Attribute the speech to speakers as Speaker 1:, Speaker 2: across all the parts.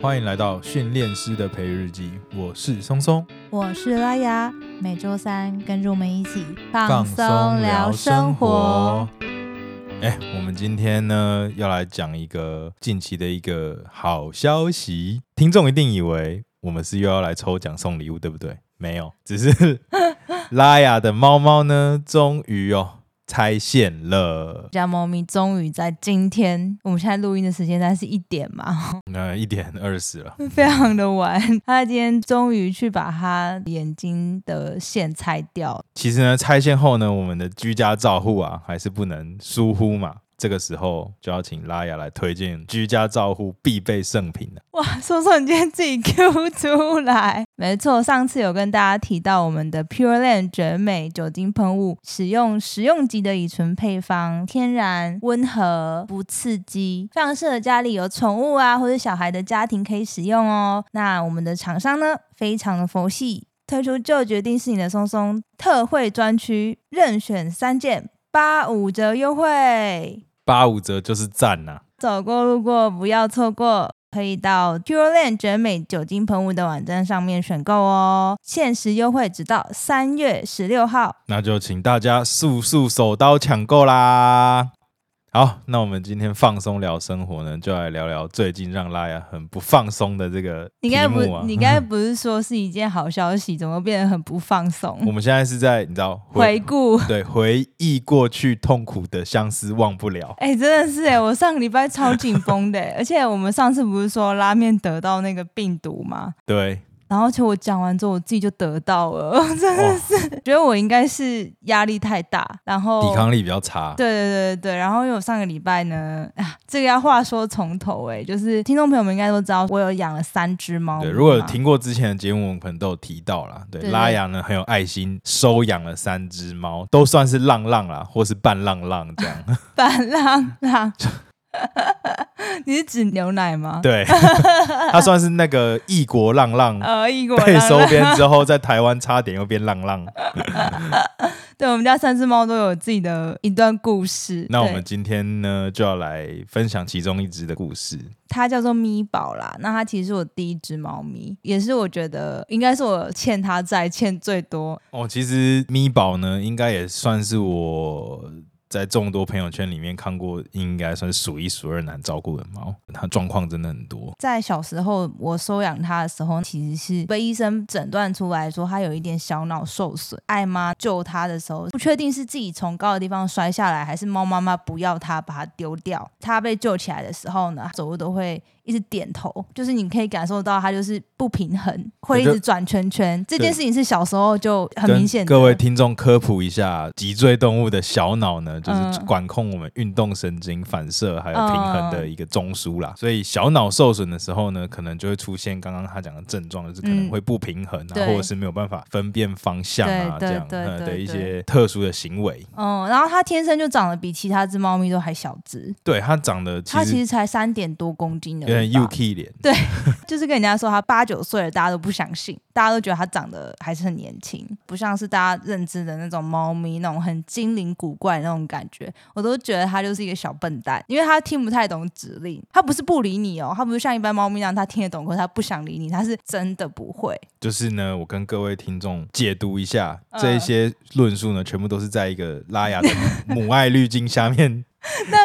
Speaker 1: 欢迎来到训练师的培育日记，我是松松。
Speaker 2: 我是拉雅，每周三跟着我们一起放
Speaker 1: 松
Speaker 2: 松聊生活。。
Speaker 1: 哎、我们今天呢要来讲一个近期的一个好消息，听众一定以为我们是又要来抽奖送礼物，对不对？没有，只 是拉雅的猫猫呢，终于哦拆线了。
Speaker 2: 家猫咪终于在今天，我们现在录音的时间大概是一点嘛，
Speaker 1: 那一点二十了，
Speaker 2: 非常的晚。它今天终于去把它眼睛的线拆掉，
Speaker 1: 其实呢，拆线后呢，我们的居家照护啊，还是不能疏忽嘛。这个时候就要请拉雅来推荐居家照护必备圣品了。
Speaker 2: 哇， 说说你今天自己 Q 出来，没错，上次有跟大家提到我们的 Pure Land 绝美酒精喷雾，使用食用级的乙醇配方，天然、温和、不刺激，非常适合家里有宠物啊或者小孩的家庭可以使用哦。那我们的厂商呢，非常的佛系，推出就决定是你的松松特惠专区，任选三件八五折优惠。
Speaker 1: 八五折就是赞呐、
Speaker 2: 走过路过不要错过，可以到 Pure Land 绝美酒精喷雾的网站上面选购哦，限时优惠直到三月十六号。
Speaker 1: 那就请大家速速手刀抢购啦！好，那我们今天放松聊生活呢，就来聊聊最近让拉雅很不放松的这个
Speaker 2: 你
Speaker 1: 题
Speaker 2: 该不
Speaker 1: 目 啊，。
Speaker 2: 你该不是说是一件好消息，怎么变得很不放
Speaker 1: 我
Speaker 2: 松？
Speaker 1: 们现在是在你知道
Speaker 2: 回顾，
Speaker 1: 对回忆过去痛苦的相思忘不了，
Speaker 2: 哎、真的是哎、我上个礼拜超紧绷的、哎而且我们上次不是说拉面得到那个病毒吗？
Speaker 1: 对，
Speaker 2: 然后其实我讲完之后，我自己就得到了， 我 真
Speaker 1: 哇
Speaker 2: 的是觉得我应该是压力太大，然后
Speaker 1: 抵抗力比较差，
Speaker 2: 对对对对，然后因为我上个礼拜呢，啊，这个要话说从头哎、就是听众朋友们应该都知道，我有养了三只猫咪
Speaker 1: 对，
Speaker 2: 嘛。
Speaker 1: 如果有听过之前的节目，我们可能都有提到啦。啊对，
Speaker 2: 对
Speaker 1: 拉雅呢很有爱心，收养了三只猫，都算是浪浪啦，或是半浪浪这样。
Speaker 2: 反浪浪， 你是指牛奶吗？
Speaker 1: 对，它算是那个异国浪浪
Speaker 2: 呃，异国
Speaker 1: 被
Speaker 2: 浪
Speaker 1: 收
Speaker 2: 浪。
Speaker 1: 编之后，在台湾差点又变浪浪。
Speaker 2: 对，我们家三只猫都有自己的一段故事。
Speaker 1: 那我
Speaker 2: 对
Speaker 1: 们今天呢就要来分享其中一只的故事。
Speaker 2: 它叫做咪宝啦，那它其实是我第一只猫咪，也是我觉得应该是我欠它债欠最多。
Speaker 1: 哦，其实咪宝呢，应该也算是我在众多朋友圈里面看过，应该算是数一数二难照顾的猫，它状况真的很多。
Speaker 2: 在小时候我收养它的时候，其实是被医生诊断出来说它有一点小脑受损。艾妈救它的时候，不确定是自己从高的地方摔下来，还是猫妈妈不要它把它丢掉。它被救起来的时候呢，走路都会一直点头，就是你可以感受到它就是不平衡，会一直转圈圈。这件事情是小时候就很明显的。
Speaker 1: 跟各位听众科普一下，脊椎动物的小脑呢，就是
Speaker 2: 嗯
Speaker 1: 管控我们运动神经、反射还有平衡的一个中枢啦。所以小脑受损的时候呢，可能就会出现刚刚他讲的症状，就是可能
Speaker 2: 嗯
Speaker 1: 会不平衡啊，
Speaker 2: 对
Speaker 1: 或者是没有办法分辨方向啊，这
Speaker 2: 对对
Speaker 1: 样
Speaker 2: 对
Speaker 1: 呃
Speaker 2: 对
Speaker 1: 的一
Speaker 2: 对
Speaker 1: 些特殊的行为。
Speaker 2: 嗯，然后它天生就长得比其他只猫咪都还小只，
Speaker 1: 对，它长得其
Speaker 2: 它其
Speaker 1: 实
Speaker 2: 实才三点多公斤的，
Speaker 1: 有点 UK 脸，
Speaker 2: 就是跟人家说他八九岁了，大家都不相信，大家都觉得他长得还是很年轻，不像是大家认知的那种猫咪那种很精灵古怪那种感觉。我都觉得他就是一个小笨蛋，因为他听不太懂指令，他不是不理你哦，他不是像一般猫咪那样他听得懂，可是他不想理你，他是真的不会。
Speaker 1: 就是呢，我跟各位听众解读一下、
Speaker 2: 嗯
Speaker 1: 这一些论述呢，全部都是在一个拉雅的母爱滤镜下面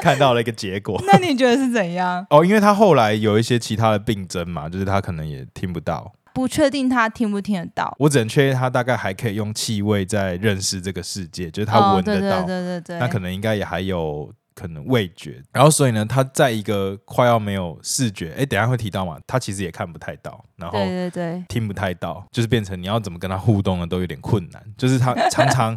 Speaker 1: 看到了一个结果。
Speaker 2: 那你觉得是怎样？
Speaker 1: 哦，因为他后来有一些其他的病症嘛，就是他可能也听不到。
Speaker 2: 不确定他听不听得到。
Speaker 1: 我只能确认他大概还可以用气味在认识这个世界，就是他
Speaker 2: 哦，
Speaker 1: 闻
Speaker 2: 对
Speaker 1: 得
Speaker 2: 对
Speaker 1: 到。
Speaker 2: 对对对，
Speaker 1: 那可能应该也还有可能味觉。然后所以呢，他在一个快要没有视觉，哎，等一下会提到嘛，他其实也看不太到，然后
Speaker 2: 对对对，
Speaker 1: 听不太到，就是变成你要怎么跟他互动呢，都有点困难。就是他常 常，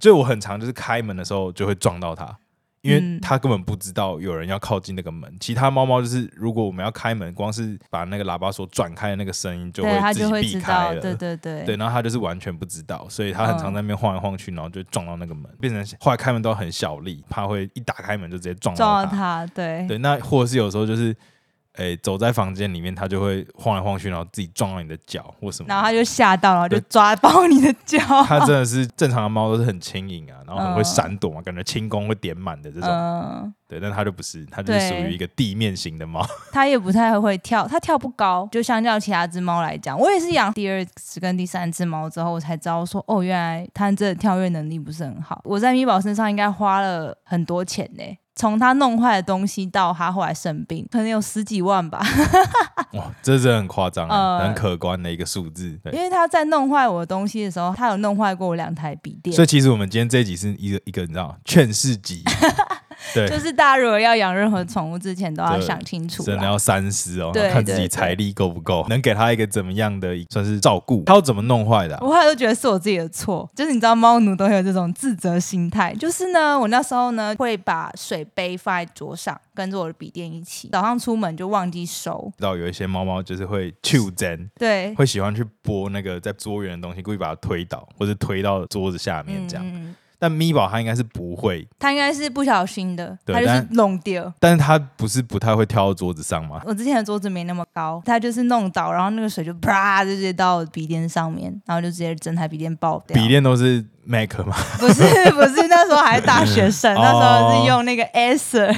Speaker 1: 就我很常就是开门的时候就会撞到他，因为
Speaker 2: 嗯
Speaker 1: 他根本不知道有人要靠近那个门。其他猫猫就是，如果我们要开门，光是把那个喇叭锁转开的那个声音就
Speaker 2: 对他
Speaker 1: 会
Speaker 2: 就
Speaker 1: 自
Speaker 2: 会
Speaker 1: 己避
Speaker 2: 知
Speaker 1: 开
Speaker 2: 道，
Speaker 1: 了。
Speaker 2: 对对对
Speaker 1: 对，然后他就是完全不知道，所以他很常
Speaker 2: 嗯
Speaker 1: 在那边晃来晃去，然后就撞到那个门，变成后来开门都很小力，怕会一打开门就直接撞到
Speaker 2: 撞
Speaker 1: 他
Speaker 2: 到。他，对
Speaker 1: 对，那或者是有时候就是，哎、诶、走在房间里面，它就会晃来晃去，然后自己撞到你的脚或什么。
Speaker 2: 然后他就吓到，然后就抓包你的脚。
Speaker 1: 它真的是正常的猫都是很轻盈啊，然后很会
Speaker 2: 嗯
Speaker 1: 闪躲嘛，感觉轻功会点满的这种。
Speaker 2: 嗯，
Speaker 1: 对，但它就不是，它就是属
Speaker 2: 对
Speaker 1: 于一个地面型的猫。
Speaker 2: 它也不太会跳，它跳不高。就相较其他只猫来讲，我也是养第二只跟第三只猫之后，我才知道说，哦，原来它真的跳跃能力不是很好。我在米宝身上应该花了很多钱呢、从它弄坏的东西到它后来生病，可能有十几万吧。
Speaker 1: 哇，这真的很夸张、啊，
Speaker 2: 呃
Speaker 1: 很可观的一个数字。对
Speaker 2: 因，为它在弄坏我的东西的时候，它有弄坏过我两台笔电
Speaker 1: 所。以其实我们今天这一集是一个一个你知道劝世 集，对，
Speaker 2: 就是大家如果要养任何宠物之前，都要
Speaker 1: 对
Speaker 2: 想清楚
Speaker 1: 真的
Speaker 2: 啦。
Speaker 1: 要三思哦，
Speaker 2: 对
Speaker 1: 然后看自
Speaker 2: 对
Speaker 1: 己
Speaker 2: 对
Speaker 1: 财力够不够，能给他一个怎么样的算是照顾，他要怎么弄坏的啊、
Speaker 2: 我后来都觉得是我自己的错，就是你知道猫奴都会有这种自责心态。就是呢，我那时候呢会把水杯放在桌上，跟着我的笔电一起，早上出门就忘记收。
Speaker 1: 知道有一些猫猫就是会揪针，
Speaker 2: 对，
Speaker 1: 会喜欢去拨那个在桌缘的东西，故意把它推倒或者推到桌子下面这样。
Speaker 2: 嗯，
Speaker 1: 但咪宝它应该是不会，
Speaker 2: 它应该是不小心的，
Speaker 1: 对
Speaker 2: 它就是
Speaker 1: 但
Speaker 2: 弄掉。
Speaker 1: 但是它不是不太会跳到桌子上吗？
Speaker 2: 我之前的桌子没那么高，它就是弄倒，然后那个水就啪就直接到我的笔电上面，然后就直接整台笔电爆掉。
Speaker 1: 笔电都是 Mac 嘛，
Speaker 2: 不是不是，那时候还是大学生，
Speaker 1: 哦
Speaker 2: 那时候是用那个 Acer，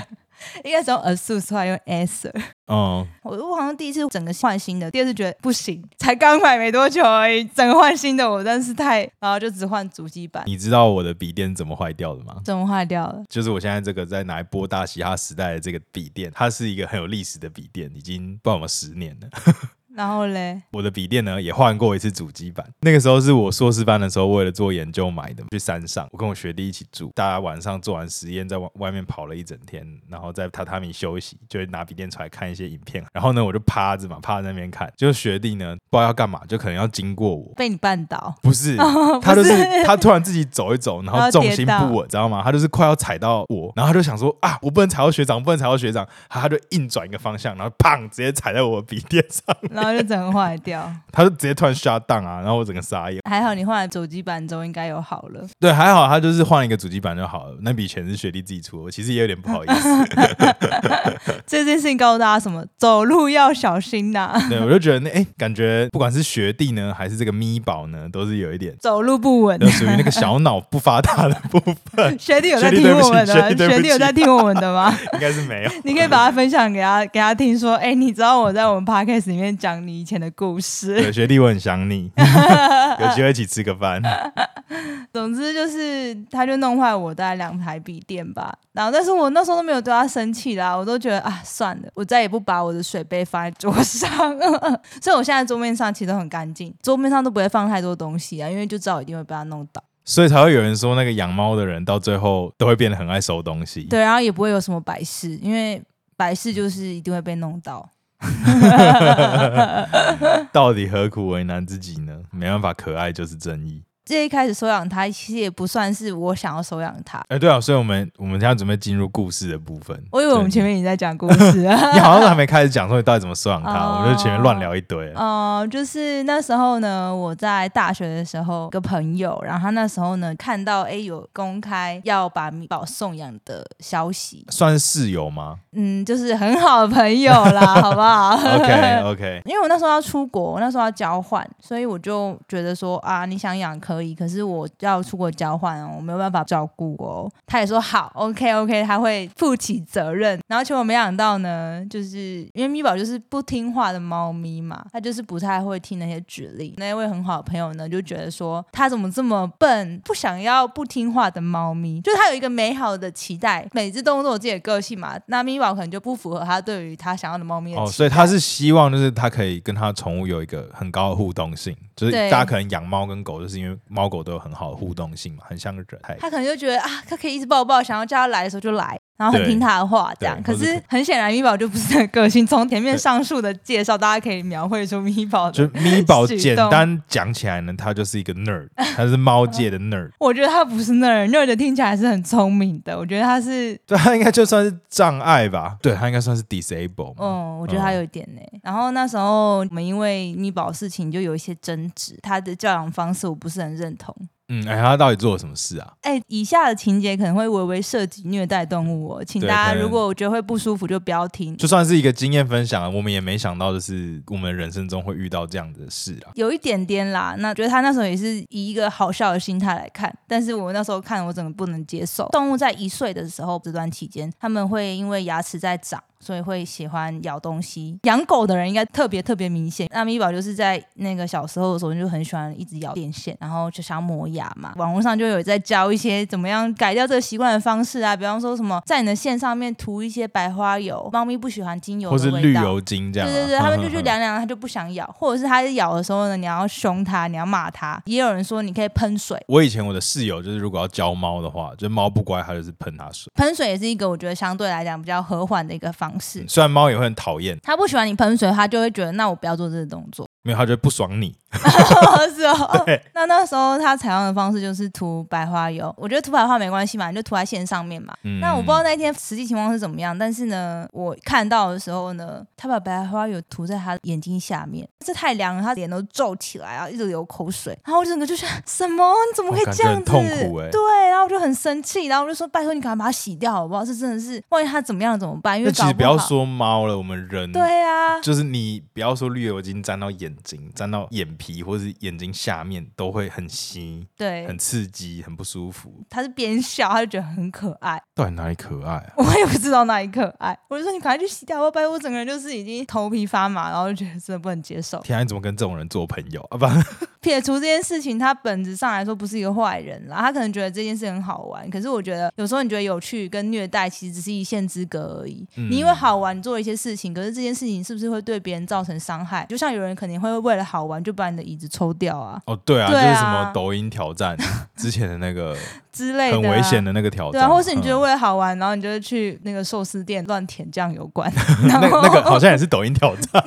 Speaker 2: 应 该从 ASUS 后来用 Acer。
Speaker 1: 嗯，
Speaker 2: 我我好像第一次整个换新的，第二次觉得不行，才刚买没多久而已，整个哎换新的我真是太，然后就只换主机板，
Speaker 1: 你知道我的笔电怎么坏掉的吗？
Speaker 2: 怎么坏掉了？
Speaker 1: 就是我现在这个在拿来播大嘻哈时代的这个笔电，它是一个很有历史的笔电，已经不知道有没有十年了。
Speaker 2: 然后嘞，
Speaker 1: 我的笔电呢也换过一次主机板，那个时候是我硕士班的时候，为了做研究买的，去山上，我跟我学弟一起住，大家晚上做完实验，在外外面跑了一整天，然后在榻榻米休息，就会拿笔电出来看一些影片，然后呢我就趴着嘛，趴在那边看，就学弟呢不知道要干嘛，就可能要经过我。
Speaker 2: 被你绊倒，
Speaker 1: 不是，
Speaker 2: 哦
Speaker 1: 他
Speaker 2: 不
Speaker 1: 就是是他突然自己走一走，然
Speaker 2: 然
Speaker 1: 后
Speaker 2: 后
Speaker 1: 重
Speaker 2: 跌
Speaker 1: 心
Speaker 2: 倒
Speaker 1: 不稳，知道吗？他就是快要踩到我，然后他就想说啊，我不能踩到学长，我不能踩到学长，他他就硬转一个方向，然后砰，直接踩在我的笔垫上，
Speaker 2: 然后就整个坏 掉。
Speaker 1: 他就直接突然 shut down 啊，然后我整个傻眼。
Speaker 2: 还好你换了主机板之后应该有好了，
Speaker 1: 对，还好他就是换一个主机板就好了，那笔钱是学弟自己出的，我其实也有点不好意思。
Speaker 2: 这件事情告诉大家什么？走路要小心呐、
Speaker 1: 对，我就觉得那哎、感觉不管是学弟呢，还是这个咪宝呢，都是有一 点。
Speaker 2: 走路不稳
Speaker 1: 都。属于那个小脑不发达的部分，
Speaker 2: 学弟有在
Speaker 1: 学弟
Speaker 2: 听
Speaker 1: 对不起
Speaker 2: 我们的吗？
Speaker 1: 学弟对不起
Speaker 2: 学弟有在听我们的吗？
Speaker 1: 应该是没有。
Speaker 2: 你可以把它分享给他，给他听说，哎、你知道我在我们 podcast 里面讲你以前的故事。
Speaker 1: 对，学弟我很想你，有机会一起吃个饭。
Speaker 2: 总之就是，他就弄坏我大概两台笔电吧。然后，但是我那时候都没有对他生气啦，我都觉得啊，算了，我再也不把我的水杯放在桌上。 所以我现在桌面上其实都很干净，桌面上都不会放太多东西啊，因为就知道我一定会被他弄倒。
Speaker 1: 所以才会有人说，那个养猫的人到最后都会变得很爱收东西。
Speaker 2: 对，然后也不会有什么摆饰，因为摆饰就是一定会被弄到。
Speaker 1: 到底何苦为难自己呢？没办法，可爱就是正义。
Speaker 2: 这一开始收养它，其实也不算是我想要收养它。
Speaker 1: 哎、对啊，所以我们我们现在准备进入故事的部分。
Speaker 2: 我以为我们前面已经在讲故事了。
Speaker 1: 对你好像还没开始讲说你到底怎么收养它，
Speaker 2: 哦
Speaker 1: 我们就前面乱聊一堆。
Speaker 2: 呃，就是那时候呢，我在大学的时候，有个朋友，然后他那时候呢看到哎有公开要把米宝送养的消息，
Speaker 1: 算是室友吗
Speaker 2: 嗯，就是很好的朋友啦，好不好
Speaker 1: ？OK OK，
Speaker 2: 因为我那时候要出国，我那时候要交换，所以我就觉得说啊，你想养可以，可是我要出国交换哦，我没有办法照顾哦。他也说好，OK OK，他 会负起责任。然后结果没想到呢，就是因为咪宝就是不听话的猫咪嘛，它就是不太会听那些指令。那位很好的朋友呢，就觉得说他怎么这么笨，不想要不听话的猫咪，就是他有一个美好的期待，每只动物都有自己的个性嘛。那咪宝可能就不符合他对于他想要的猫咪的期
Speaker 1: 哦，
Speaker 2: 待。
Speaker 1: 所以他是希望就是他可以跟他宠物有一个很高的互动性，就是
Speaker 2: 对
Speaker 1: 大家可能养猫跟狗，就是因为猫狗都有很好的互动性嘛，很像人。
Speaker 2: 他可能就觉得啊，他可以一直抱抱，想要叫他来的时候就来，然后很听他的话这样。
Speaker 1: 对
Speaker 2: 可
Speaker 1: 或是
Speaker 2: 是很显然，米宝就不是那个个性。从前面上述的介绍，大家可以描绘出米宝
Speaker 1: 就
Speaker 2: 的。
Speaker 1: 咪宝
Speaker 2: 举动
Speaker 1: 简单讲起来呢，他就是一个 nerd，他 是猫界的 nerd。
Speaker 2: 我觉得他不是那人，那人听起来是很聪明的。我觉得他是，
Speaker 1: 对他应该就算是障碍吧，对他应该算是 disable 嘛。
Speaker 2: 嗯，我觉得他有一点呢、然后那时候我们因为米宝事情就有一些争执，他的教养方式我不是很认同。
Speaker 1: 嗯，哎，他到底做了什么事啊？
Speaker 2: 哎，以下的情节可能会微微涉及虐待动物哦，请
Speaker 1: 对
Speaker 2: 大家
Speaker 1: 可能
Speaker 2: 如果我觉得会不舒服就不要听。
Speaker 1: 就算是一个经验分享，啊我们也没想到，就是我们人生中会遇到这样的事啊。
Speaker 2: 有一点点啦，那觉得他那时候也是以一个好笑的心态来看，但是我那时候看我整个不能接受。动物在一岁的时候这段期间，他们会因为牙齿在长，所以会喜欢咬东西。养狗的人应该特别特别明显。那米宝就是在那个小时候的时候就很喜欢一直咬电线，然后就想磨牙嘛。网络上就有在教一些怎么样改掉这个习惯的方式啊，比方说什么在你的线上面涂一些白花油，猫咪不喜欢精油
Speaker 1: 或是
Speaker 2: 的味
Speaker 1: 绿
Speaker 2: 道，
Speaker 1: 油精这样、啊，
Speaker 2: 对对对，他们就去
Speaker 1: 两
Speaker 2: 凉凉，它就不想咬，或者是它咬的时候呢，你要凶它，你要骂它。也有人说你可以喷水，
Speaker 1: 我以前我的室友就是，如果要教猫的话，就是猫不乖，它就是喷它水。
Speaker 2: 喷水也是一个我觉得相对来讲比较和缓的一个方式。
Speaker 1: 虽然猫也会很讨厌，
Speaker 2: 它不喜欢你喷水，它就会觉得那我不要做这个动作，
Speaker 1: 没有它就会不爽你。
Speaker 2: 是哦。那那时候它采用的方式就是涂白花油，我觉得涂白花没关系嘛，你就涂在线上面嘛。
Speaker 1: 嗯，
Speaker 2: 那我不知道那一天实际情况是怎么样，但是呢，我看到的时候呢，他把白花油涂在他眼睛下面，这太凉了，他脸都皱起来啊，一直流口水，然后我整个就是什么，你怎么可以
Speaker 1: 哦感
Speaker 2: 这
Speaker 1: 觉
Speaker 2: 样
Speaker 1: 很
Speaker 2: 子？
Speaker 1: 痛苦欸
Speaker 2: 对，然后我就很生气，然后我就说拜托你赶快把它洗掉好不好？这真的是，万一它怎么样了怎么办？因
Speaker 1: 那
Speaker 2: 为
Speaker 1: 其实
Speaker 2: 搞
Speaker 1: 不
Speaker 2: 好
Speaker 1: 要说嗯猫了，我们人
Speaker 2: 对啊，
Speaker 1: 就是你不要说绿油精沾到眼睛、沾到眼皮或是眼睛下面，都会很吸、
Speaker 2: 对
Speaker 1: 很。刺激、很不舒服。
Speaker 2: 他是边笑，他就觉得很可爱，
Speaker 1: 到底哪里可爱啊？
Speaker 2: 我也 不知道哪里可爱。我就说你赶快去洗掉吧，拜托我整个人就是已经头皮发麻，然后就觉得真的不能接受。
Speaker 1: 天啊，你怎么跟这种人做朋友啊？ 不，
Speaker 2: 撇除这件事情，他本质上来说不是一个坏人啦，他可能觉得这件事很好玩。可是我觉得有时候你觉得有趣跟虐待其实只是一线之隔而已。
Speaker 1: 嗯
Speaker 2: 你因为好玩你做了一些事情，可是这件事情是不是会对别人造成伤害？就像有人肯定会为了好玩就把你的椅子抽掉啊
Speaker 1: 哦，对啊，
Speaker 2: 对啊
Speaker 1: 就是什么抖音挑战之前的那个
Speaker 2: 之类的、
Speaker 1: 很危险
Speaker 2: 的。
Speaker 1: 的那个挑
Speaker 2: 对
Speaker 1: 战，
Speaker 2: 啊，或是你觉得
Speaker 1: 嗯
Speaker 2: 为了好玩，然后你就会去那个寿司店乱舔酱油罐，
Speaker 1: 那
Speaker 2: 然后
Speaker 1: 那个好像也是抖音挑战。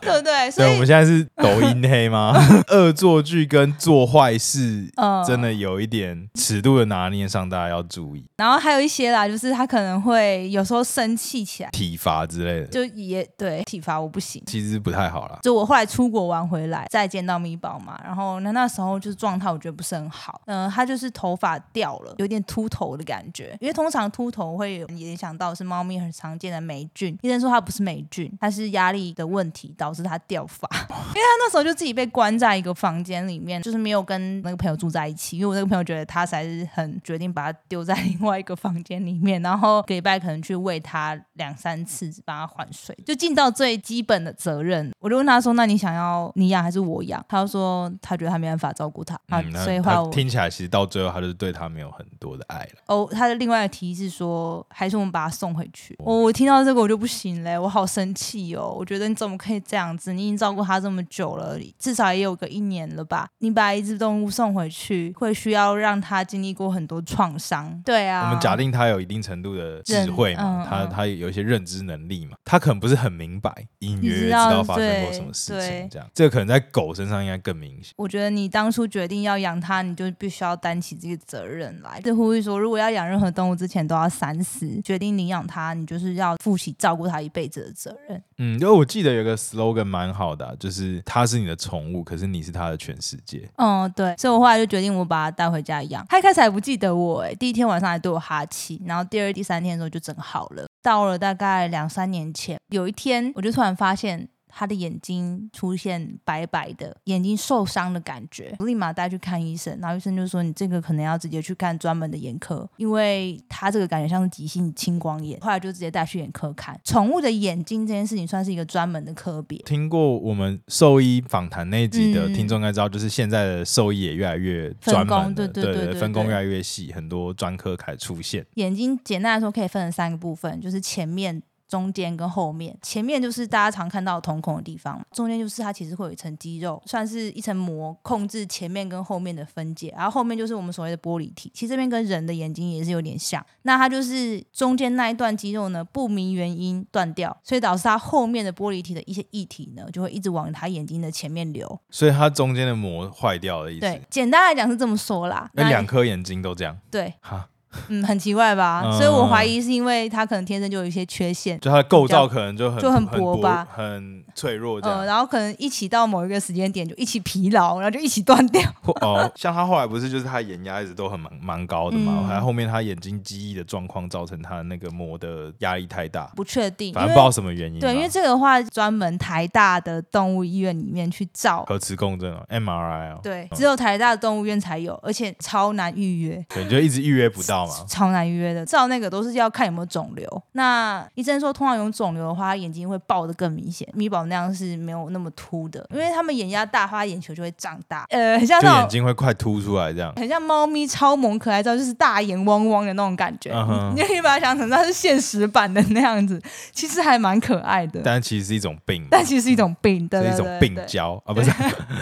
Speaker 2: 对不对？ 所
Speaker 1: 对，我
Speaker 2: 以
Speaker 1: 们现在是抖音黑吗？ 恶作剧跟做坏事
Speaker 2: 嗯
Speaker 1: 真的有一点尺度的拿捏上，大家要注意
Speaker 2: 然后还有一些啦，就是他可能会有时候生气起来，
Speaker 1: 体罚之类的，
Speaker 2: 就也对体罚我不行。
Speaker 1: 其实不太好啦。
Speaker 2: 就我后来出国玩回来，再见到米宝嘛，然后那那时候就是状态我觉得不是很好，嗯、他就是头发掉了，有点秃头的感觉，因为通常秃头会有联想到是猫咪很常见的霉菌，医生说它不是霉菌，它是压力的问题导致它掉发，因为他那时候就自己被关在一个房间里面，就是没有跟那个朋友住在一起，因为我那个朋友觉得他才是很决定把它丢在另外一个房间里面，然后给礼拜可能去喂它两三次，帮它换水，就尽到最基本的责任。我就问他说：“那你想要你养还是我养？”他就说他觉得他没办法照顾它，啊，
Speaker 1: 嗯，
Speaker 2: 所以
Speaker 1: 那
Speaker 2: 后来
Speaker 1: 他
Speaker 2: 我
Speaker 1: 听起来其实到最后，他就是对他没有很多的爱了。
Speaker 2: 哦，他的另外的提议是说，还是我们把它送回去。哦，我听到这个我就不行嘞，我好生气哦！我觉得你怎么可以这样子？你已经照顾它这么久了，至少也有个一年了吧？你把一只动物送回去，会需要让它经历过很多创伤。对啊，
Speaker 1: 我们假定他有一定程度的智慧嘛，
Speaker 2: 认嗯
Speaker 1: 他
Speaker 2: 嗯
Speaker 1: 他有一些认知能力嘛，他可能不是很明白，隐约
Speaker 2: 你
Speaker 1: 知
Speaker 2: 知道
Speaker 1: 道发生过
Speaker 2: 对
Speaker 1: 什么事
Speaker 2: 对
Speaker 1: 情，这样这个可能在狗身上应该更明显。
Speaker 2: 我觉得你当初决定要养它，你就必须要担起这个责任来。这呼吁说，如果要养任何动物之前，都要三思，决定领养它，你就是要负起照顾它一辈子的责任。
Speaker 1: 嗯，因为我记得有个 slogan 蛮好的啊、就是它是你的宠物，可是你是它的全世界。
Speaker 2: 嗯，对，所以我后来就决定我把它带回家养。它一开始还不记得我、哎，第一天晚上还对我哈气，然后第二、第三天的时候就整好了。到了大概两三年前，有一天我就突然发现。它的眼睛出现白白的，眼睛受伤的感觉，我立马带去看医生，然后医生就说你这个可能要直接去看专门的眼科，因为它这个感觉像是急性青光眼。后来就直接带去眼科看。宠物的眼睛这件事情算是一个专门的科别，
Speaker 1: 听过我们兽医访谈那一集的
Speaker 2: 嗯
Speaker 1: 听众应该知道，就是现在的兽医也越来越
Speaker 2: 分
Speaker 1: 专门
Speaker 2: 工
Speaker 1: 了
Speaker 2: 对对
Speaker 1: 对
Speaker 2: 对对
Speaker 1: 分工
Speaker 2: 对
Speaker 1: 越来越细，很多专科开始出现。
Speaker 2: 眼睛简单来说可以分成三个部分，就是前面。中间跟后面，前面就是大家常看到的瞳孔的地方，中间就是它其实会有一层肌肉，算是一层膜控制前面跟后面的分界，然后后面就是我们所谓的玻璃体。其实这边跟人的眼睛也是有点像，那它就是中间那一段肌肉呢不明原因断掉，所以导致它后面的玻璃体的一些液体呢就会一直往它眼睛的前面流。
Speaker 1: 所以它中间的膜坏掉的意思嗯
Speaker 2: 对。，简单来讲是这么说啦。
Speaker 1: 那
Speaker 2: 那
Speaker 1: 两颗眼睛都这样
Speaker 2: 对
Speaker 1: 哈，
Speaker 2: 嗯，很奇怪吧？
Speaker 1: 嗯
Speaker 2: 所以我怀疑是因为它可能天生就有一些缺陷，
Speaker 1: 就它的构造可能就很
Speaker 2: 就很
Speaker 1: 很
Speaker 2: 薄吧
Speaker 1: 很脆弱这
Speaker 2: 呃，
Speaker 1: 样。
Speaker 2: 然后可能一起到某一个时间点就一起疲劳，然后就一起断掉。
Speaker 1: 或哦，像他后来不是就是他眼压一直都很蛮蛮高的嘛，
Speaker 2: 嗯
Speaker 1: 还、后面他眼睛记忆的状况造成他那个膜的压力太大，
Speaker 2: 不确定，因
Speaker 1: 反正
Speaker 2: 为
Speaker 1: 不知道什么原因吧。
Speaker 2: 对，因为这个的话专门台大的动物医院里面去照，
Speaker 1: 核磁共振哦，MRI 哦，
Speaker 2: 对，
Speaker 1: 嗯
Speaker 2: 只有台大的动物医院才有，而且超难预约。
Speaker 1: 对，你就一直预约不到 嘛。
Speaker 2: 超难预约的，照那个都是要看有没有肿瘤。那医生说，通常有肿瘤的话，他眼睛会爆的更明显。米宝那样是没有那么凸的，因为他们眼压大，他眼球就会长大，呃，很像
Speaker 1: 就
Speaker 2: 那
Speaker 1: 眼
Speaker 2: 种
Speaker 1: 睛会快凸出来这样。
Speaker 2: 很像猫咪超萌可爱照，就是大眼汪汪的那种感觉。
Speaker 1: 嗯哼
Speaker 2: 你可以把它想成它是现实版的那样子，其实还蛮可爱的。
Speaker 1: 但其实是一种病嘛，
Speaker 2: 但其实是一种病，对
Speaker 1: 是
Speaker 2: 对
Speaker 1: 一
Speaker 2: 对
Speaker 1: 种
Speaker 2: 对
Speaker 1: 病娇啊，不是？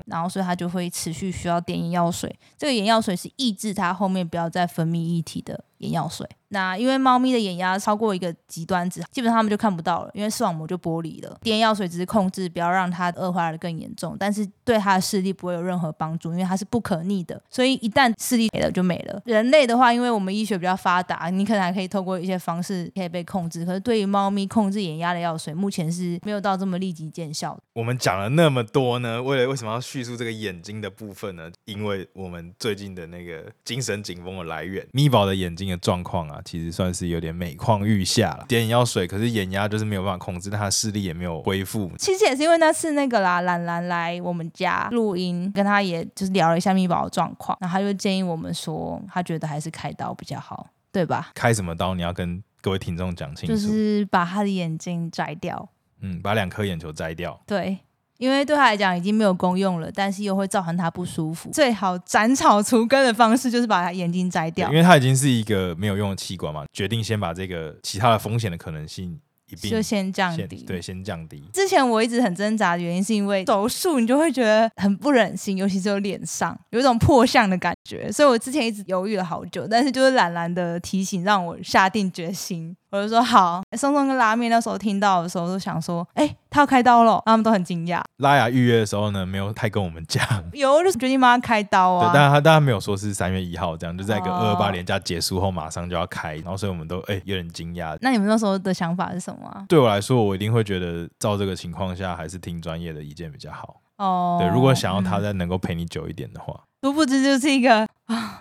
Speaker 2: 然后所以它就会持续需要点眼药水。这个眼药水是抑制它后面不要再分泌液体的眼药水。那因为猫咪的眼压超过一个极端值，基本上它们就看不到了，因为视网膜就剥离了。点眼药水只是控制，不要让它恶化的更严重，但是对它的视力不会有任何帮助，因为它是不可逆的。所以一旦视力没了就没了。人类的话，因为我们医学比较发达，你可能还可以透过一些方式可以被控制。可是对于猫咪控制眼压的药水，目前是没有到这么立即见效的。
Speaker 1: 我们讲了那么多呢，为了为什么要叙述这个眼睛的部分呢？因为我们最近的那个精神紧绷的来源，咪宝的眼睛的状况啊，其实算是有点每况愈下了。点眼药水，可是眼压就是没有办法控制，但他视力也没有恢复。
Speaker 2: 其实也是因为那次那个啦，兰兰来我们家录音，跟他也就是聊了一下密宝的状况，然后他就建议我们说，他觉得还是开刀比较好，对吧？
Speaker 1: 开什么刀？你要跟各位听众讲清楚。
Speaker 2: 就是把他的眼睛摘掉，
Speaker 1: 嗯，把两颗眼球摘掉。
Speaker 2: 对。因为对他来讲已经没有功用了，但是又会造成他不舒服。最好斩草除根的方式就是把他眼睛摘
Speaker 1: 对
Speaker 2: 掉
Speaker 1: 因，为它已经是一个没有用的器官嘛，决定先把这个其他的风险的可能性一并
Speaker 2: 就先降
Speaker 1: 先
Speaker 2: 低。
Speaker 1: 对，先降低。
Speaker 2: 之前我一直很挣扎的原因，是因为手术你就会觉得很不忍心，尤其是有脸上有一种破相的感觉，所以我之前一直犹豫了好久。但是就是懒懒的提醒让我下定决心，我就说好。松松跟拉面那时候听到的时候都想说，哎、他要开刀了，他们都很惊讶，
Speaker 1: 拉雅预约的时候呢，没有太跟我们讲，
Speaker 2: 有就是决定帮他开刀
Speaker 1: 对，
Speaker 2: 啊。
Speaker 1: 但他但他没有说是三月一号这样，就在一个二
Speaker 2: 哦
Speaker 1: 二八连假结束后马上就要开，然后所以我们都哎、有点惊讶。
Speaker 2: 那你们那时候的想法是什么啊？
Speaker 1: 对我来说，我一定会觉得照这个情况下，还是听专业的意见比较好。
Speaker 2: 哦，
Speaker 1: 对，如果想要他
Speaker 2: 嗯
Speaker 1: 再能够陪你久一点的话，
Speaker 2: 殊不知就是一个啊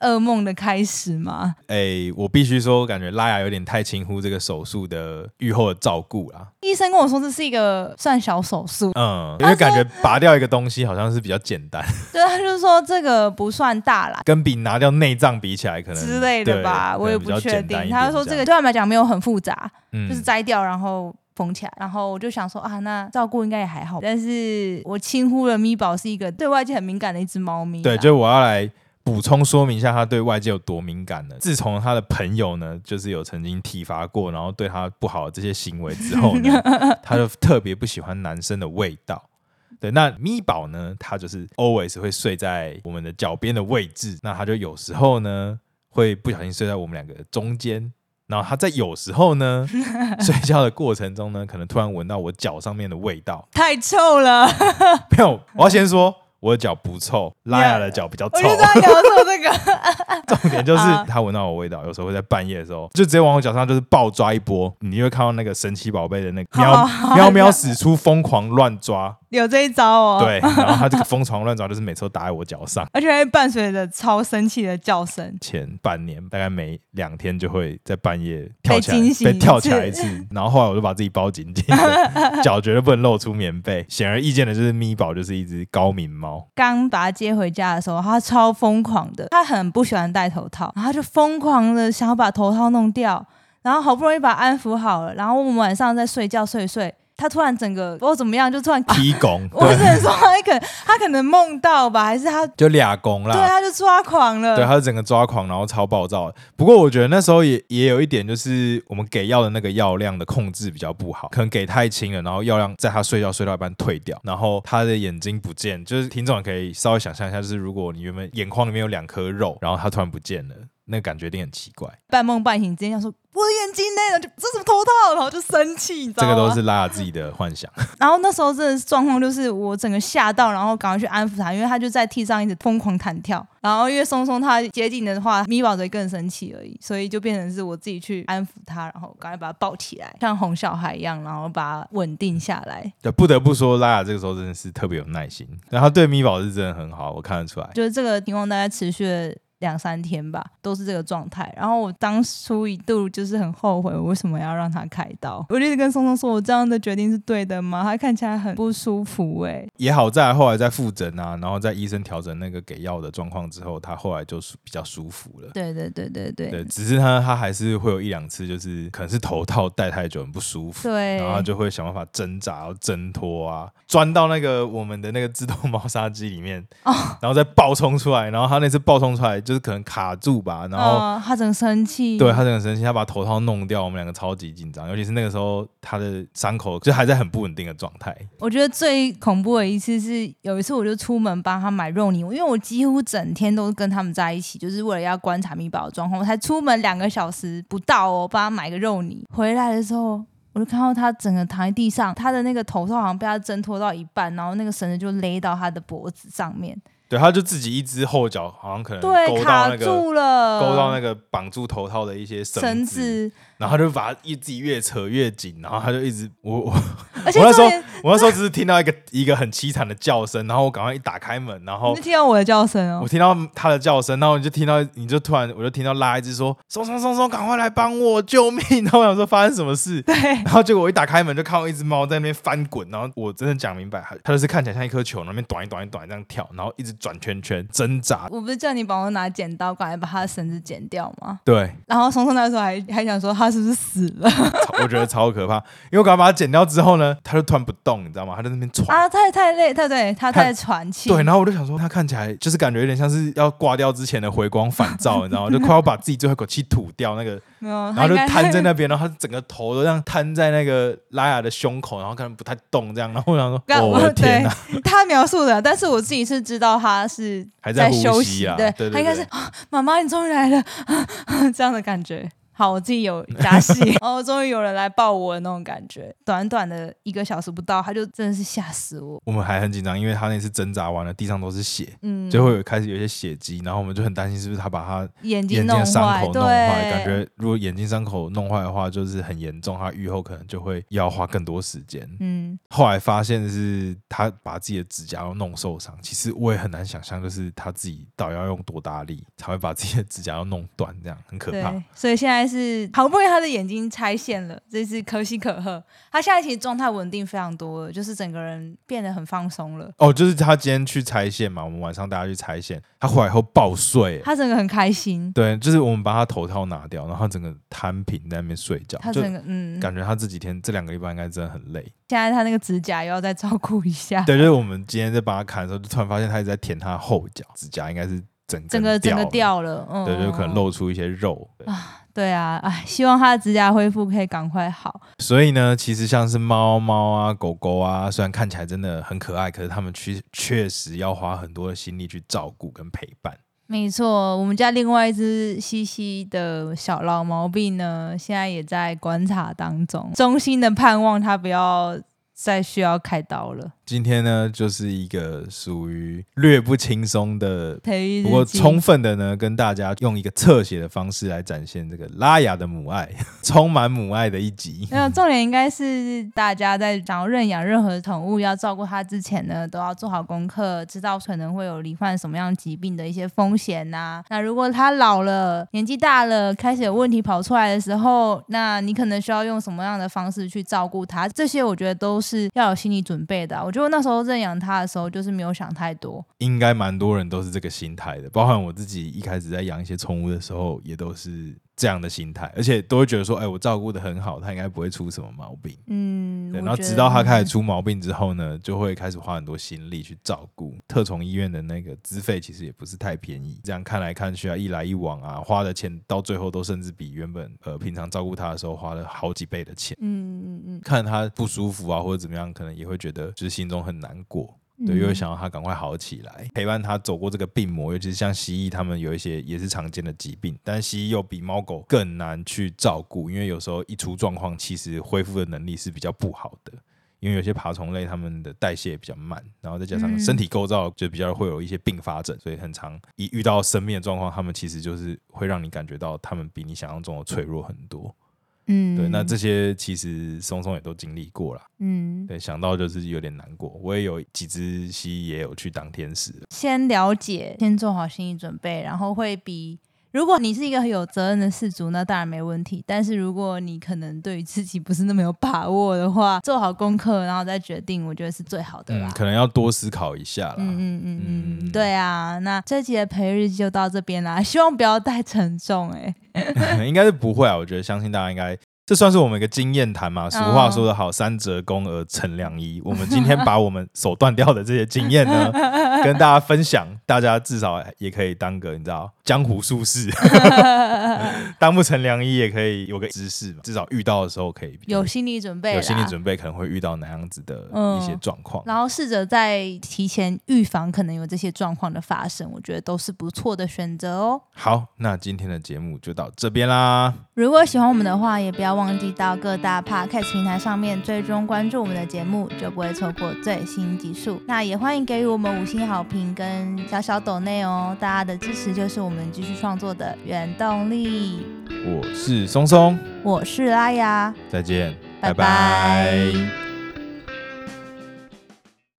Speaker 2: 噩梦的开始嘛。
Speaker 1: 哎、我必须说，我感觉拉雅有点太轻忽这个手术的愈后的照顾啦。
Speaker 2: 医生跟我说这是一个算小手术，
Speaker 1: 嗯，因为感觉拔掉一个东西好像是比较简单，
Speaker 2: 对，他就说这个不算大啦。
Speaker 1: 跟比拿掉内脏比起来，可能
Speaker 2: 之类的
Speaker 1: 对
Speaker 2: 吧，
Speaker 1: 可
Speaker 2: 我也
Speaker 1: 能
Speaker 2: 不
Speaker 1: 比较
Speaker 2: 确
Speaker 1: 简单
Speaker 2: 定。
Speaker 1: 一
Speaker 2: 他
Speaker 1: 点
Speaker 2: 就说这个
Speaker 1: 样
Speaker 2: 对他们来讲没有很复杂，
Speaker 1: 嗯
Speaker 2: 就是摘掉然后缝起来，然后我就想说啊，那照顾应该也还好。但是我轻忽了咪宝是一个对外界很敏感的一只猫咪啊，
Speaker 1: 对，就我要来补充说明一下他对外界有多敏感呢？自从他的朋友呢，就是有曾经体罚过，然后对他不好的这些行为之后呢， 他就特别不喜欢男生的味道。对，那咪宝呢，他就是 always 会睡在我们的脚边的位置，那他就有时候呢会不小心睡在我们两个的中间。然后他在有时候 呢，睡觉的过程中呢，可能突然闻到我脚上面的味道。
Speaker 2: 太臭了，
Speaker 1: 没有，我要先说，我的脚不臭，拉雅的脚比较臭
Speaker 2: 我。就知道你要说这个。
Speaker 1: 重点就是
Speaker 2: 啊
Speaker 1: 它闻到我味道，有时候会在半夜的时候就直接往我脚上就是暴抓一波，你就会看到那个神奇宝贝的那个
Speaker 2: 好
Speaker 1: 喵
Speaker 2: 好好
Speaker 1: 喵喵使出疯狂乱抓，
Speaker 2: 有这一招哦，，
Speaker 1: 对，然后它这个疯狂乱抓就是每次都打在我脚上。
Speaker 2: 而且还伴随着超生气的叫声。
Speaker 1: 前半年大概每两天就会在半夜跳起
Speaker 2: 惊醒
Speaker 1: 来，被
Speaker 2: 一
Speaker 1: 跳
Speaker 2: 次
Speaker 1: 起来一次， 然后后来我就把自己包紧紧的，脚绝对不能露出棉被。显而易见的就是咪宝就是一只高敏猫，
Speaker 2: 刚把它接回家的时候，它超疯狂的，它很不喜欢戴头套，然后它就疯狂的想要把头套弄掉，然后好不容易把它安抚好了，然后我们晚上在睡觉睡一睡，它突然整个不知道怎么样，就突然，
Speaker 1: 踢拱，
Speaker 2: 啊 我只
Speaker 1: 对，
Speaker 2: 能说它可能它可能梦到吧，还是它对
Speaker 1: 就俩拱啦，
Speaker 2: 它就抓狂了，
Speaker 1: 对，他是整个抓狂，然后超暴躁的。不过我觉得那时候也也有一点，就是我们给药的那个药量的控制比较不好，可能给太轻了，然后药量在他睡觉睡到一半退掉，然后他的眼睛不见。就是听众也可以稍微想象一下，就是如果你原本眼眶里面有两颗肉，然后它突然不见了。那感觉一定很奇怪。
Speaker 2: 半梦半醒之间想说我的眼睛呢，然后就这怎么头套，然后就生气，你知
Speaker 1: 这
Speaker 2: 道吗？
Speaker 1: 个都是拉着自己的幻想，
Speaker 2: 然后那时候真的是状况就是我整个吓到，然后赶快去安抚他，因为他就在地上一直疯狂弹跳。然后因为松松他接近的话，咪宝则更生气而已，所以就变成是我自己去安抚他，然后赶快把他抱起来，像哄小孩一样，然后把他稳定下来。
Speaker 1: 对，不得不说拉拉这个时候真的是特别有耐心，然后他对米宝是真的很好，我看得出来。
Speaker 2: 就是这个情况大概持续了两三天吧，都是这个状态。然后我当初一度就是很后悔，我为什么要让他开刀？我就一直跟松松说，我这样的决定是对的吗？他看起来很不舒服哎、
Speaker 1: 也好在后来在复诊啊，然后在医生调整那个给药的状况之后，他后来就舒比较舒服了。
Speaker 2: 对对对对对
Speaker 1: 对，只是他他还是会有一两次，就是可能是头套戴太久很不舒服，
Speaker 2: 对，
Speaker 1: 然后他就会想办法挣扎、然后挣脱啊，钻到那个我们的那个自动猫砂机里面，
Speaker 2: 哦
Speaker 1: 然后再爆冲出来。然后他那次爆冲出来，就是可能卡住吧，然后、
Speaker 2: 嗯他整生气，
Speaker 1: 对他真的很生气，他把头套弄掉，我们两个超级紧张，尤其是那个时候他的伤口就还在很不稳定的状态。
Speaker 2: 我觉得最恐怖的一次是有一次我就出门帮他买肉泥，因为我几乎整天都跟他们在一起，就是为了要观察米宝的状况，我才出门两个小时不到哦，帮他买个肉泥，回来的时候。我就看到他整个躺在地上，他的那个头套好像被他挣脱到一半，然后那个绳子就勒到他的脖子上面，
Speaker 1: 对，他就自己一只后脚好像可能
Speaker 2: 对，
Speaker 1: 勾到
Speaker 2: 卡
Speaker 1: 那个。
Speaker 2: 住了，
Speaker 1: 勾到那个绑住头套的一些绳
Speaker 2: 绳
Speaker 1: 子，
Speaker 2: 子，
Speaker 1: 然后他就把它一自己越扯越紧，然后他就一直我我
Speaker 2: 而且
Speaker 1: 我那时
Speaker 2: 重
Speaker 1: 候
Speaker 2: 点，
Speaker 1: 我那时候只是听到一个一个很凄惨的叫声，然后我赶快一打开门，然
Speaker 2: 你
Speaker 1: 后
Speaker 2: 就听到我的叫声哦
Speaker 1: 我，听到他的叫声，然后你就听到你就突然我就听到拉一只说松松松松，赶快来帮我，救命！然后我想说发生什么事，
Speaker 2: 对，
Speaker 1: 然后结果我一打开门就看到一只猫在那边翻滚，然后我真的讲明白，它它就是看起来像一颗球，然后那边短一短一短这样跳，然后一直转圈圈挣扎。
Speaker 2: 我不是叫你帮我拿剪刀，赶快把他的绳子剪掉吗？
Speaker 1: 对，
Speaker 2: 然后松松那时候还还想说他是不是死了
Speaker 1: 超 我觉得超可怕，因为我刚把它剪掉之后呢，它就突然不动，你知道吗？它在那边喘。
Speaker 2: 啊？太太累，太对，他
Speaker 1: 太
Speaker 2: 太喘气。
Speaker 1: 对，然后我就想说，它看起来就是感觉有点像是要挂掉之前的回光返照，你知道吗？就快要把自己最后一口气吐掉那个，
Speaker 2: 没有，
Speaker 1: 然
Speaker 2: 他
Speaker 1: 后就
Speaker 2: 应该
Speaker 1: 瘫在。那边，然后它整个头都这样瘫在那个拉雅的胸口，然后可能不太动这样。然后我想说，
Speaker 2: 干
Speaker 1: 哦我的天
Speaker 2: 对
Speaker 1: 哪、，
Speaker 2: 他描述的，但是我自己是知道他是
Speaker 1: 还在
Speaker 2: 在休
Speaker 1: 呼
Speaker 2: 息
Speaker 1: 吸啊！
Speaker 2: 对
Speaker 1: 对对
Speaker 2: 他应该
Speaker 1: 对
Speaker 2: 是啊，妈妈你终于来了、 这样的感觉。好，我自己有 加戏，哦，终于有人来抱我的那种感觉。短短的一个小时不到，他就真的是吓死我。
Speaker 1: 我们还很紧张，因为他那次挣扎完了，地上都是血，
Speaker 2: 嗯，
Speaker 1: 就会有开始有一些血迹，然后我们就很担心是不是他把他
Speaker 2: 眼睛
Speaker 1: 眼睛
Speaker 2: 弄
Speaker 1: 的伤
Speaker 2: 坏，
Speaker 1: 口
Speaker 2: 对，
Speaker 1: 弄坏，感觉如果眼睛伤口弄坏的话，就是很严重，他愈后可能就会要花更多时间。
Speaker 2: 嗯，
Speaker 1: 后来发现是他把自己的指甲都弄受伤，其实我也很难想象，就是他自己到底要用多大力才会把自己的指甲都弄断，这样很可怕。
Speaker 2: 对，所以现在是好不容易他的眼睛拆线了，这是可喜可贺。他现在其实状态稳定非常多了，就是整个人变得很放松了，
Speaker 1: 哦，就是他今天去拆线嘛，我们晚上大家去拆线，他回来以后爆睡、 欸
Speaker 2: 他整个很开心，
Speaker 1: 对，就是我们把他头套拿掉，然后他整个摊平在那边睡觉，
Speaker 2: 他
Speaker 1: 哦就
Speaker 2: 整个嗯，
Speaker 1: 感觉他这几天这两个礼拜应该真的很累。
Speaker 2: 现在他那个指甲又要再照顾一 下，
Speaker 1: 对，就是我们今天在帮他看的时候，就突然发现他一直在舔他的后脚，指甲应该是整
Speaker 2: 整个整
Speaker 1: 掉
Speaker 2: 个
Speaker 1: 了，
Speaker 2: 掉了，嗯，
Speaker 1: 对，就可能露出一些肉。对
Speaker 2: 对啊，哎，希望他的指甲恢复可以赶快好。
Speaker 1: 所以呢，其实像是猫猫啊、狗狗啊，虽然看起来真的很可爱，可是它们确确实要花很多的心力去照顾跟陪伴。
Speaker 2: 没错，我们家另外一只西西的小老毛病呢，现在也在观察当中，衷心的盼望它不要再需要开刀了。
Speaker 1: 今天呢，就是一个属于略不轻松的
Speaker 2: 培育日
Speaker 1: 不过
Speaker 2: 记
Speaker 1: 充分的呢，跟大家用一个侧写的方式来展现这个拉雅的母爱， 充满母爱的一集。
Speaker 2: 没有，重点应该是大家在想要认养任何宠物，要照顾它之前呢，都要做好功课，知道可能会有罹患什么样疾病的一些风险呐、那如果它老了、年纪大了，开始有问题跑出来的时候，那你可能需要用什么样的方式去照顾它？这些我觉得都是要有心理准备的啊、我觉得我那时候认养它的时候，就是没有想太多，
Speaker 1: 应该蛮多人都是这个心态的，包含我自己一开始在养一些宠物的时候，也都是这样的心态，而且都会觉得说，哎、我照顾的很好，它应该不会出什么毛病。
Speaker 2: 嗯，
Speaker 1: 对，
Speaker 2: 我
Speaker 1: 然后
Speaker 2: 觉
Speaker 1: 直
Speaker 2: 得
Speaker 1: 到它开始出毛病之后呢，就会开始花很多心力去照顾。特宠医院的那个资费其实也不是太便宜，这样看来看去啊，一来一往啊，花的钱到最后都甚至比原本呃平常照顾它的时候花了好几倍的钱。
Speaker 2: 嗯嗯嗯。
Speaker 1: 看他不舒服啊，或者怎么样，可能也会觉得就是心中很难过。对，又
Speaker 2: 嗯
Speaker 1: 会想要他赶快好起来，陪伴他走过这个病魔，尤其是像蜥蜴，他们有一些也是常见的疾病，但是蜥蜴又比猫狗更难去照顾，因为有时候一出状况，其实恢复的能力是比较不好的。因为有些爬虫类它们的代谢比较慢，然后再加上
Speaker 2: 嗯
Speaker 1: 身体构造就比较会有一些并发症，所以很常一遇到生命的状况，它们其实就是会让你感觉到它们比你想象中的脆弱很多。
Speaker 2: 嗯，
Speaker 1: 对，那这些其实松松也都经历过啦。
Speaker 2: 嗯，
Speaker 1: 对，想到就是有点难过。我也有几只蜥蜴也有去当天使，
Speaker 2: 先了解，先做好心理准备，然后会比。如果你是一个很有责任的事主，那当然没问题。但是如果你可能对于自己不是那么有把握的话， 做好功课，然后再决定，我觉得是最好的啦
Speaker 1: 嗯，。可能要多思考一下啦。
Speaker 2: 嗯嗯嗯嗯，
Speaker 1: 嗯
Speaker 2: 对啊，那这集的培育日记就到这边啦，希望不要太沉重哎、
Speaker 1: 应该是不会啊，我觉得相信大家应该。这算是我们一个经验谈嘛？俗话
Speaker 2: 嗯
Speaker 1: 说得好，三折肱而成良医。我们今天把我们手断掉的这些经验呢，跟大家分享，大家至少也可以当个你知道江湖术 士， 当不成良医也可以有个知识嘛，至少遇到的时候可以
Speaker 2: 有心理准备啦，
Speaker 1: 有心理准备，可能会遇到哪样子的
Speaker 2: 嗯
Speaker 1: 一些状况。
Speaker 2: 然后试着在提前预防可能有这些状况的发生，我觉得都是不错的选择哦。
Speaker 1: 好，那今天的节目就到这边啦。
Speaker 2: 如果喜欢我们的话，也不要忘记到各大 podcast 平台上面追踪关注我们的节目，就不会错过最新集数。那也欢迎给予我们五星好评跟小小抖内哦，大家的支持就是我们继续创作的原动力。
Speaker 1: 我是松松，
Speaker 2: 我是拉雅，
Speaker 1: 再见，
Speaker 2: 拜拜
Speaker 1: 拜